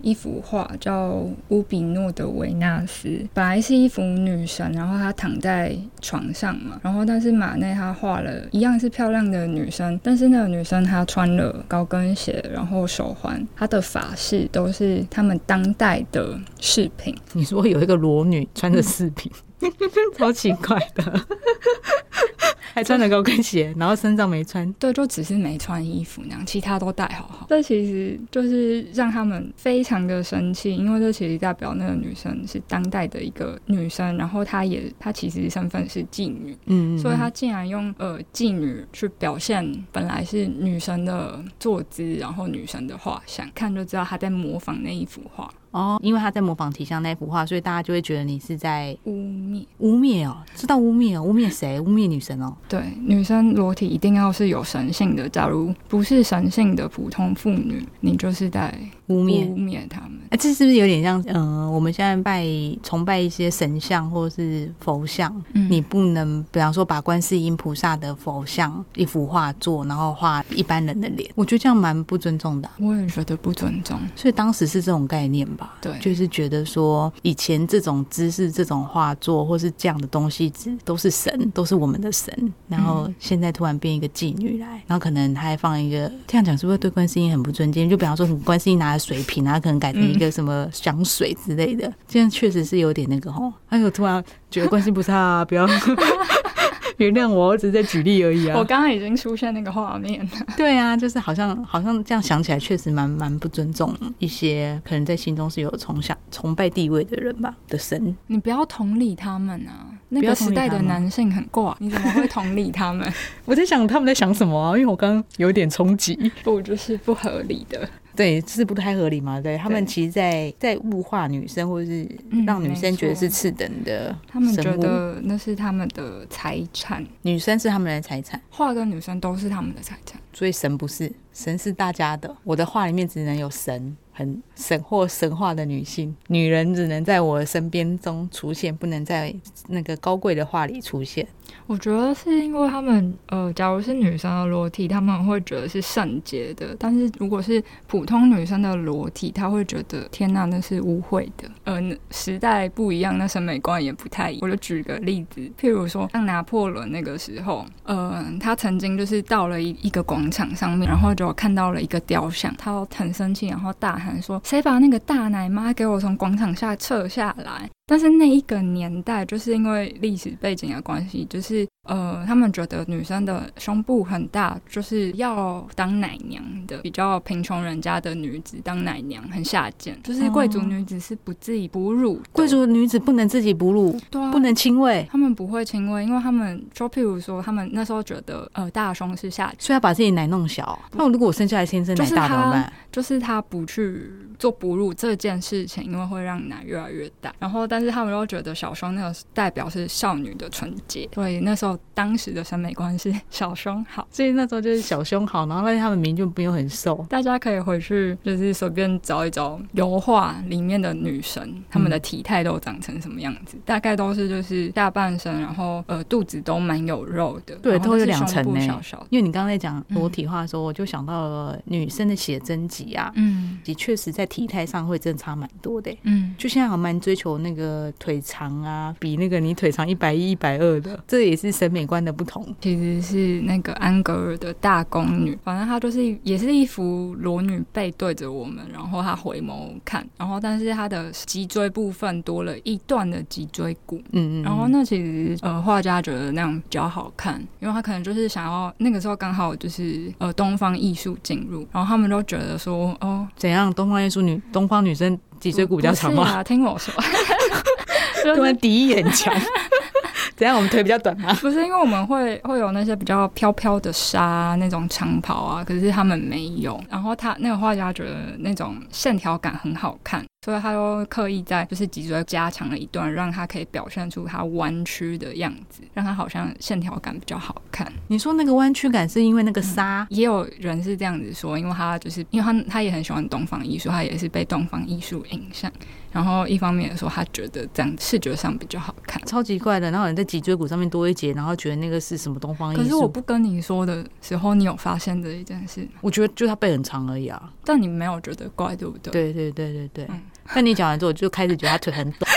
[SPEAKER 1] 一幅画叫《乌比诺的维纳斯》，本来是一幅女神，然后她躺在床上嘛，然后但是马内他画了一样是漂亮的女生，但是那个女生她穿了高跟鞋，然后手环，她的发饰都是他们当代的饰品。
[SPEAKER 2] 你说有一个裸女穿着饰 品，超奇怪的，还穿了高跟鞋，然后身上没穿。
[SPEAKER 1] 对，就只是没穿衣服那样，其他都戴好好。这其实就是让他们非常的生气，因为这其实代表那个女生是当代的一个女生，然后她也她其实身份是妓女，
[SPEAKER 2] 嗯
[SPEAKER 1] 所以她竟然用呃妓女去表现本来是女生的坐姿，然后女生的画像，看就知道她在模仿那一幅画，
[SPEAKER 2] 哦，因为他在模仿提香那幅画，所以大家就会觉得你是在
[SPEAKER 1] 污蔑。
[SPEAKER 2] 污蔑哦，知道污蔑哦，污蔑谁？污蔑女神哦。
[SPEAKER 1] 对，女生裸体一定要是有神性的，假如不是神性的普通妇女，你就是在
[SPEAKER 2] 污
[SPEAKER 1] 污
[SPEAKER 2] 蔑。
[SPEAKER 1] 蔑她们。
[SPEAKER 2] 哎、这是不是有点像？嗯、我们现在拜崇拜一些神像或是佛像，
[SPEAKER 1] 嗯
[SPEAKER 2] 你不能，比方说把观世音菩萨的佛像一幅画作，然后画一般人的脸，我觉得这样蛮不尊重的啊、
[SPEAKER 1] 我也觉得不尊重。
[SPEAKER 2] 所以当时是这种概念吧？
[SPEAKER 1] 对
[SPEAKER 2] 就是觉得说以前这种姿势、这种画作或是这样的东西，只都是神，都是我们的神。然后现在突然变一个妓女来，然后可能还放一个这样讲，是不是对观世音很不尊敬？就比方说，你观世音拿着水瓶，啊然后可能改成一个什么香水之类 的，这样确实是有点那个吼。 哎呦，突然觉得观世音菩萨、不要 原谅我，我只是在举例而已啊。
[SPEAKER 1] 我刚刚已经出现那个画面了，
[SPEAKER 2] 对啊，就是好像好像这样想起来，确实蛮蛮不尊重一些可能在心中是有崇想崇拜地位的人吧的神。
[SPEAKER 1] 你不要同理他们啊！那
[SPEAKER 2] 不要
[SPEAKER 1] 个
[SPEAKER 2] 同
[SPEAKER 1] 时
[SPEAKER 2] 理他
[SPEAKER 1] 代
[SPEAKER 2] 们
[SPEAKER 1] 的男性很怪，你怎么会同理他们？
[SPEAKER 2] 我在想他们在想什么啊？因为我刚刚有点冲击，
[SPEAKER 1] 不就是不合理的？
[SPEAKER 2] 对，是不太合理嘛？对他们
[SPEAKER 1] 对
[SPEAKER 2] 其实在在物化女生，或者是
[SPEAKER 1] 嗯
[SPEAKER 2] 让女生觉得是
[SPEAKER 1] 没错
[SPEAKER 2] 次等的。
[SPEAKER 1] 他们
[SPEAKER 2] 神
[SPEAKER 1] 觉
[SPEAKER 2] 物
[SPEAKER 1] 得那是他们的财产，
[SPEAKER 2] 女生是他们的财产，
[SPEAKER 1] 画跟女生都是他们的财产。
[SPEAKER 2] 所以神不是神是大家的。我的画里面只能有神。很神或神话的女性，女人只能在我身边中出现，不能在那个高贵的画里出现。
[SPEAKER 1] 我觉得是因为他们，呃，假如是女生的裸体，他们会觉得是圣洁的；但是如果是普通女生的裸体，她会觉得天哪，那是污秽的。呃，时代不一样，那审美观也不太一样。我就举个例子，譬如说像拿破仑那个时候，呃，他曾经就是到了一一个广场上面，然后就看到了一个雕像，他很生气，然后大喊说：“谁把那个大奶妈给我从广场下撤下来？”但是那一个年代，就是因为历史背景的关系，就是呃，他们觉得女生的胸部很大，就是要当奶娘的，比较贫穷人家的女子当奶娘很下贱，就是贵族女子是不自己哺乳的，
[SPEAKER 2] 哦贵族女子不能自己哺乳，
[SPEAKER 1] 对啊
[SPEAKER 2] 不能亲喂，
[SPEAKER 1] 他们不会亲喂，因为他们就譬如说，他们那时候觉得呃大胸是下
[SPEAKER 2] 所以要把自己奶弄小。那如果我生下来天生奶
[SPEAKER 1] 就是
[SPEAKER 2] 大怎么
[SPEAKER 1] 她
[SPEAKER 2] 办？
[SPEAKER 1] 就是他不去做哺乳这件事情，因为会让奶越来越大。然后，但是他们又觉得小胸那个代表是少女的纯洁，所以那时候当时的审美观是小胸好。
[SPEAKER 2] 所以那时候就是小胸好，然后但是他们明明就没有很瘦，
[SPEAKER 1] 大家可以回去就是随便找一找油画里面的女神，她们的体态都长成什么样子，大概都是就是下半身，然后呃肚子都蛮有肉的，
[SPEAKER 2] 对
[SPEAKER 1] 然后
[SPEAKER 2] 都有
[SPEAKER 1] 就是
[SPEAKER 2] 两层
[SPEAKER 1] 胸部
[SPEAKER 2] 呢
[SPEAKER 1] 小小的，
[SPEAKER 2] 因为你刚刚在讲
[SPEAKER 1] 嗯
[SPEAKER 2] 裸体化的时候，我就想到了女生的写真集啊，
[SPEAKER 1] 嗯
[SPEAKER 2] 也确实在体态上会真的差蛮多的欸。
[SPEAKER 1] 嗯，
[SPEAKER 2] 就现在还蛮追求那个腿长啊，比那个你腿长一百一、一百二的，这也是审美观的不同。
[SPEAKER 1] 其实是那个安格尔的大宫女，反正她就是也是一幅裸女背对着我们，然后她回眸看，然后但是她的脊椎部分多了一段的脊椎骨，
[SPEAKER 2] 嗯嗯，
[SPEAKER 1] 然后？那其实呃画家觉得那样比较好看，因为他可能就是想要那个时候刚好就是呃东方艺术进入，然后他们都觉得说哦
[SPEAKER 2] 怎样？东方艺术女，东方女生脊椎骨比较长
[SPEAKER 1] 不是
[SPEAKER 2] 吗？啊
[SPEAKER 1] 啊，听我说， 就
[SPEAKER 2] 突
[SPEAKER 1] 是
[SPEAKER 2] 然敌意很 强。怎样？我们腿比较短吗？
[SPEAKER 1] 不是因为我们会会有那些比较飘飘的纱啊那种长袍啊，可是他们没有。然后他那个画家觉得那种线条感很好看，所以他又刻意在就是脊椎加强了一段，让它可以表现出它弯曲的样子，让它好像线条感比较好看。
[SPEAKER 2] 你说那个弯曲感是因为那个纱？
[SPEAKER 1] 也有人是这样子说，因为他就是因为他他也很喜欢东方艺术，他也是被东方艺术影响。然后一方面说，他觉得这样视觉上比较好看。
[SPEAKER 2] 超级怪的，然后有人在脊椎骨上面多一节，然后觉得那个是什么东方艺术？
[SPEAKER 1] 可是我不跟你说的时候，你有发现这一件事吗？
[SPEAKER 2] 我觉得就它背很长而已啊。
[SPEAKER 1] 但你没有觉得怪，对不对？，
[SPEAKER 2] 对对对对对。
[SPEAKER 1] 嗯
[SPEAKER 2] 但你讲完之后，我就开始觉得他腿很短，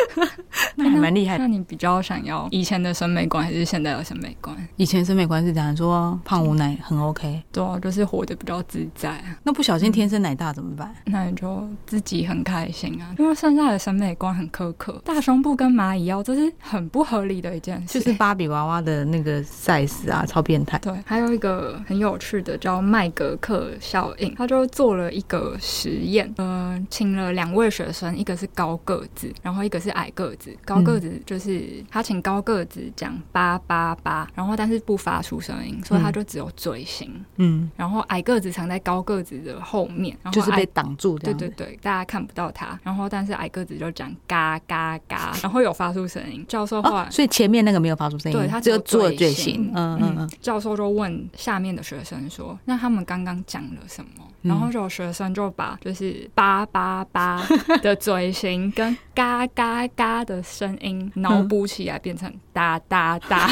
[SPEAKER 2] 那还蛮厉害的。
[SPEAKER 1] 那你比较想要以前的审美观还是现在的审美观？
[SPEAKER 2] 以前审美观是讲说胖无奶很 OK，
[SPEAKER 1] 对啊，就是活得比较自在啊，
[SPEAKER 2] 那不小心天生奶大怎么办？
[SPEAKER 1] 那你就自己很开心啊。因为现在的审美观很苛刻，大胸部跟蚂蚁腰这是很不合理的一件
[SPEAKER 2] 就
[SPEAKER 1] 事。
[SPEAKER 2] 是芭比娃娃的那个 size 啊，超变态。
[SPEAKER 1] 对，还有一个很有趣的叫麦格克效应，他就做了一个实验，呃，请了两位学生，一个是高个子，然后一个是矮个子。高个
[SPEAKER 2] 嗯
[SPEAKER 1] 子就是、他请高个子讲八八八，然后但是不发出声音，所以他就只有嘴型。
[SPEAKER 2] 嗯，
[SPEAKER 1] 然后矮个子藏在高个子的后面，然后
[SPEAKER 2] 就是
[SPEAKER 1] 矮
[SPEAKER 2] 被挡住
[SPEAKER 1] 对
[SPEAKER 2] 这样子。
[SPEAKER 1] 对对，大家看不到他。然后但是矮个子就讲嘎嘎嘎，然后有发出声音。教授后来
[SPEAKER 2] 哦，所以前面那个没有发出声音，
[SPEAKER 1] 对他
[SPEAKER 2] 只有做
[SPEAKER 1] 嘴
[SPEAKER 2] 嘴型。嗯嗯
[SPEAKER 1] 嗯
[SPEAKER 2] 嗯，
[SPEAKER 1] 教授就问下面的学生说：“那他们刚刚讲了什么？”
[SPEAKER 2] 嗯
[SPEAKER 1] 然后就有学生就把就是八八八的嘴型跟嘎嘎嘎的声音脑补起来，变成哒哒 哒。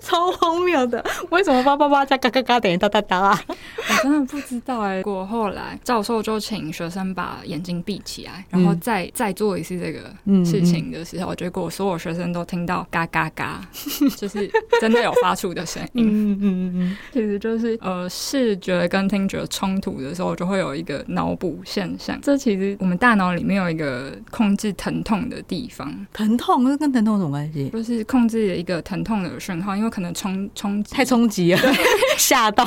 [SPEAKER 2] 超荒谬的。为什么叭叭叭加嘎嘎嘎等于哒哒哒啊？
[SPEAKER 1] 我真的不知道哎、果后来教授就请学生把眼睛闭起来，然后
[SPEAKER 2] 嗯
[SPEAKER 1] 再、再做一次这个
[SPEAKER 2] 嗯
[SPEAKER 1] 事情的时候，结果所有学生都听到嘎嘎嘎，就是真的有发出的 声音。
[SPEAKER 2] 嗯嗯嗯嗯，
[SPEAKER 1] 其实就是呃，视觉跟听觉冲突的时候，就会有一个脑补现象。这其实我们大脑里面有一个控制疼痛的地方，
[SPEAKER 2] 疼痛这跟疼痛有什么关系？
[SPEAKER 1] 就是控制一个疼痛的讯号，因为可能冲冲 击
[SPEAKER 2] 太冲击了， 吓到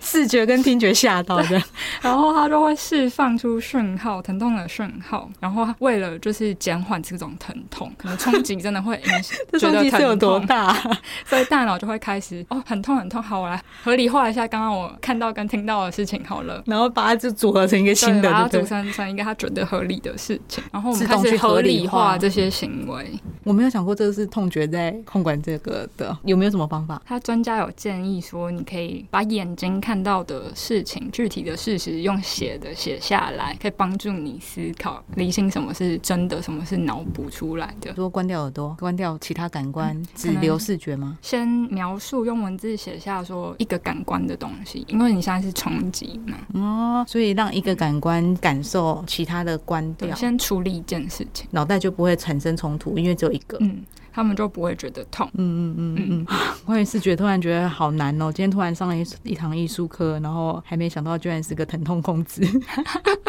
[SPEAKER 2] 视觉跟听觉吓到的。
[SPEAKER 1] 然后它就会释放出讯号，疼痛的讯号。然后它为了就是减缓这种疼痛，可能冲击真的 会影响
[SPEAKER 2] 这
[SPEAKER 1] 觉
[SPEAKER 2] 冲
[SPEAKER 1] 得
[SPEAKER 2] 击是有
[SPEAKER 1] 疼
[SPEAKER 2] 多
[SPEAKER 1] 痛，
[SPEAKER 2] 大啊？
[SPEAKER 1] 所以大脑就会开始哦，很痛很痛，好，我来合理化一下刚刚我看到跟听到的事情好了。
[SPEAKER 2] 然后把它就组合成一个新
[SPEAKER 1] 对把它
[SPEAKER 2] 的，对
[SPEAKER 1] 组
[SPEAKER 2] 不对？
[SPEAKER 1] 成成一个他觉得合理的事情，然后我
[SPEAKER 2] 自
[SPEAKER 1] 们
[SPEAKER 2] 动
[SPEAKER 1] 开始
[SPEAKER 2] 去合
[SPEAKER 1] 合
[SPEAKER 2] 理
[SPEAKER 1] 理
[SPEAKER 2] 化
[SPEAKER 1] 化这些行为。
[SPEAKER 2] 我没有想过这个是痛觉在控管这个的，有有没有什么方法？
[SPEAKER 1] 他专家有建议说，你可以把眼睛看到的事情、具体的事实用写的写下来，可以帮助你思考理性什么是真的，什么是脑补出来的。
[SPEAKER 2] 说关掉耳朵，关掉其他感官，只
[SPEAKER 1] 可能
[SPEAKER 2] 留视觉吗？
[SPEAKER 1] 先描述用文字写下说一个感官的东西，因为你现在是冲击嘛，
[SPEAKER 2] 哦，所以让一个感官感受其他的关
[SPEAKER 1] 对，
[SPEAKER 2] 掉，
[SPEAKER 1] 先处理一件事情，
[SPEAKER 2] 脑袋就不会产生冲突，因为只有一个。
[SPEAKER 1] 嗯，他们就不会觉得痛。
[SPEAKER 2] 嗯嗯嗯嗯嗯，关于视觉，突然觉得好难哦。今天突然上了一一堂艺术课，然后还没想到居然是个疼痛控制。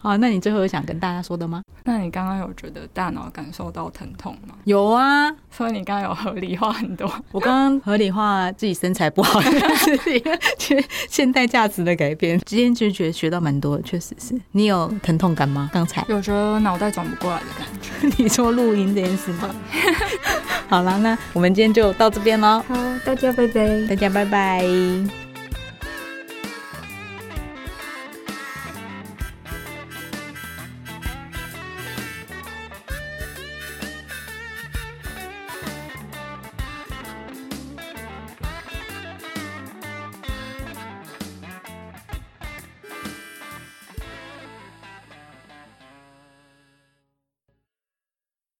[SPEAKER 2] 好，那你最后有想跟大家说的吗？
[SPEAKER 1] 那你刚刚有觉得大脑感受到疼痛吗？
[SPEAKER 2] 有啊，
[SPEAKER 1] 所以你刚刚有合理化很多，
[SPEAKER 2] 我刚刚合理化自己身材不好的事情，去现代价值的改变。今天就觉得学到蛮多的，确实是。你有疼痛感吗？刚才
[SPEAKER 1] 有觉得脑袋转不过来的感觉。
[SPEAKER 2] 你说录音这件事 吗？好啦，那我们今天就到这边喽，
[SPEAKER 1] 好，大家拜拜。
[SPEAKER 2] 大家拜拜。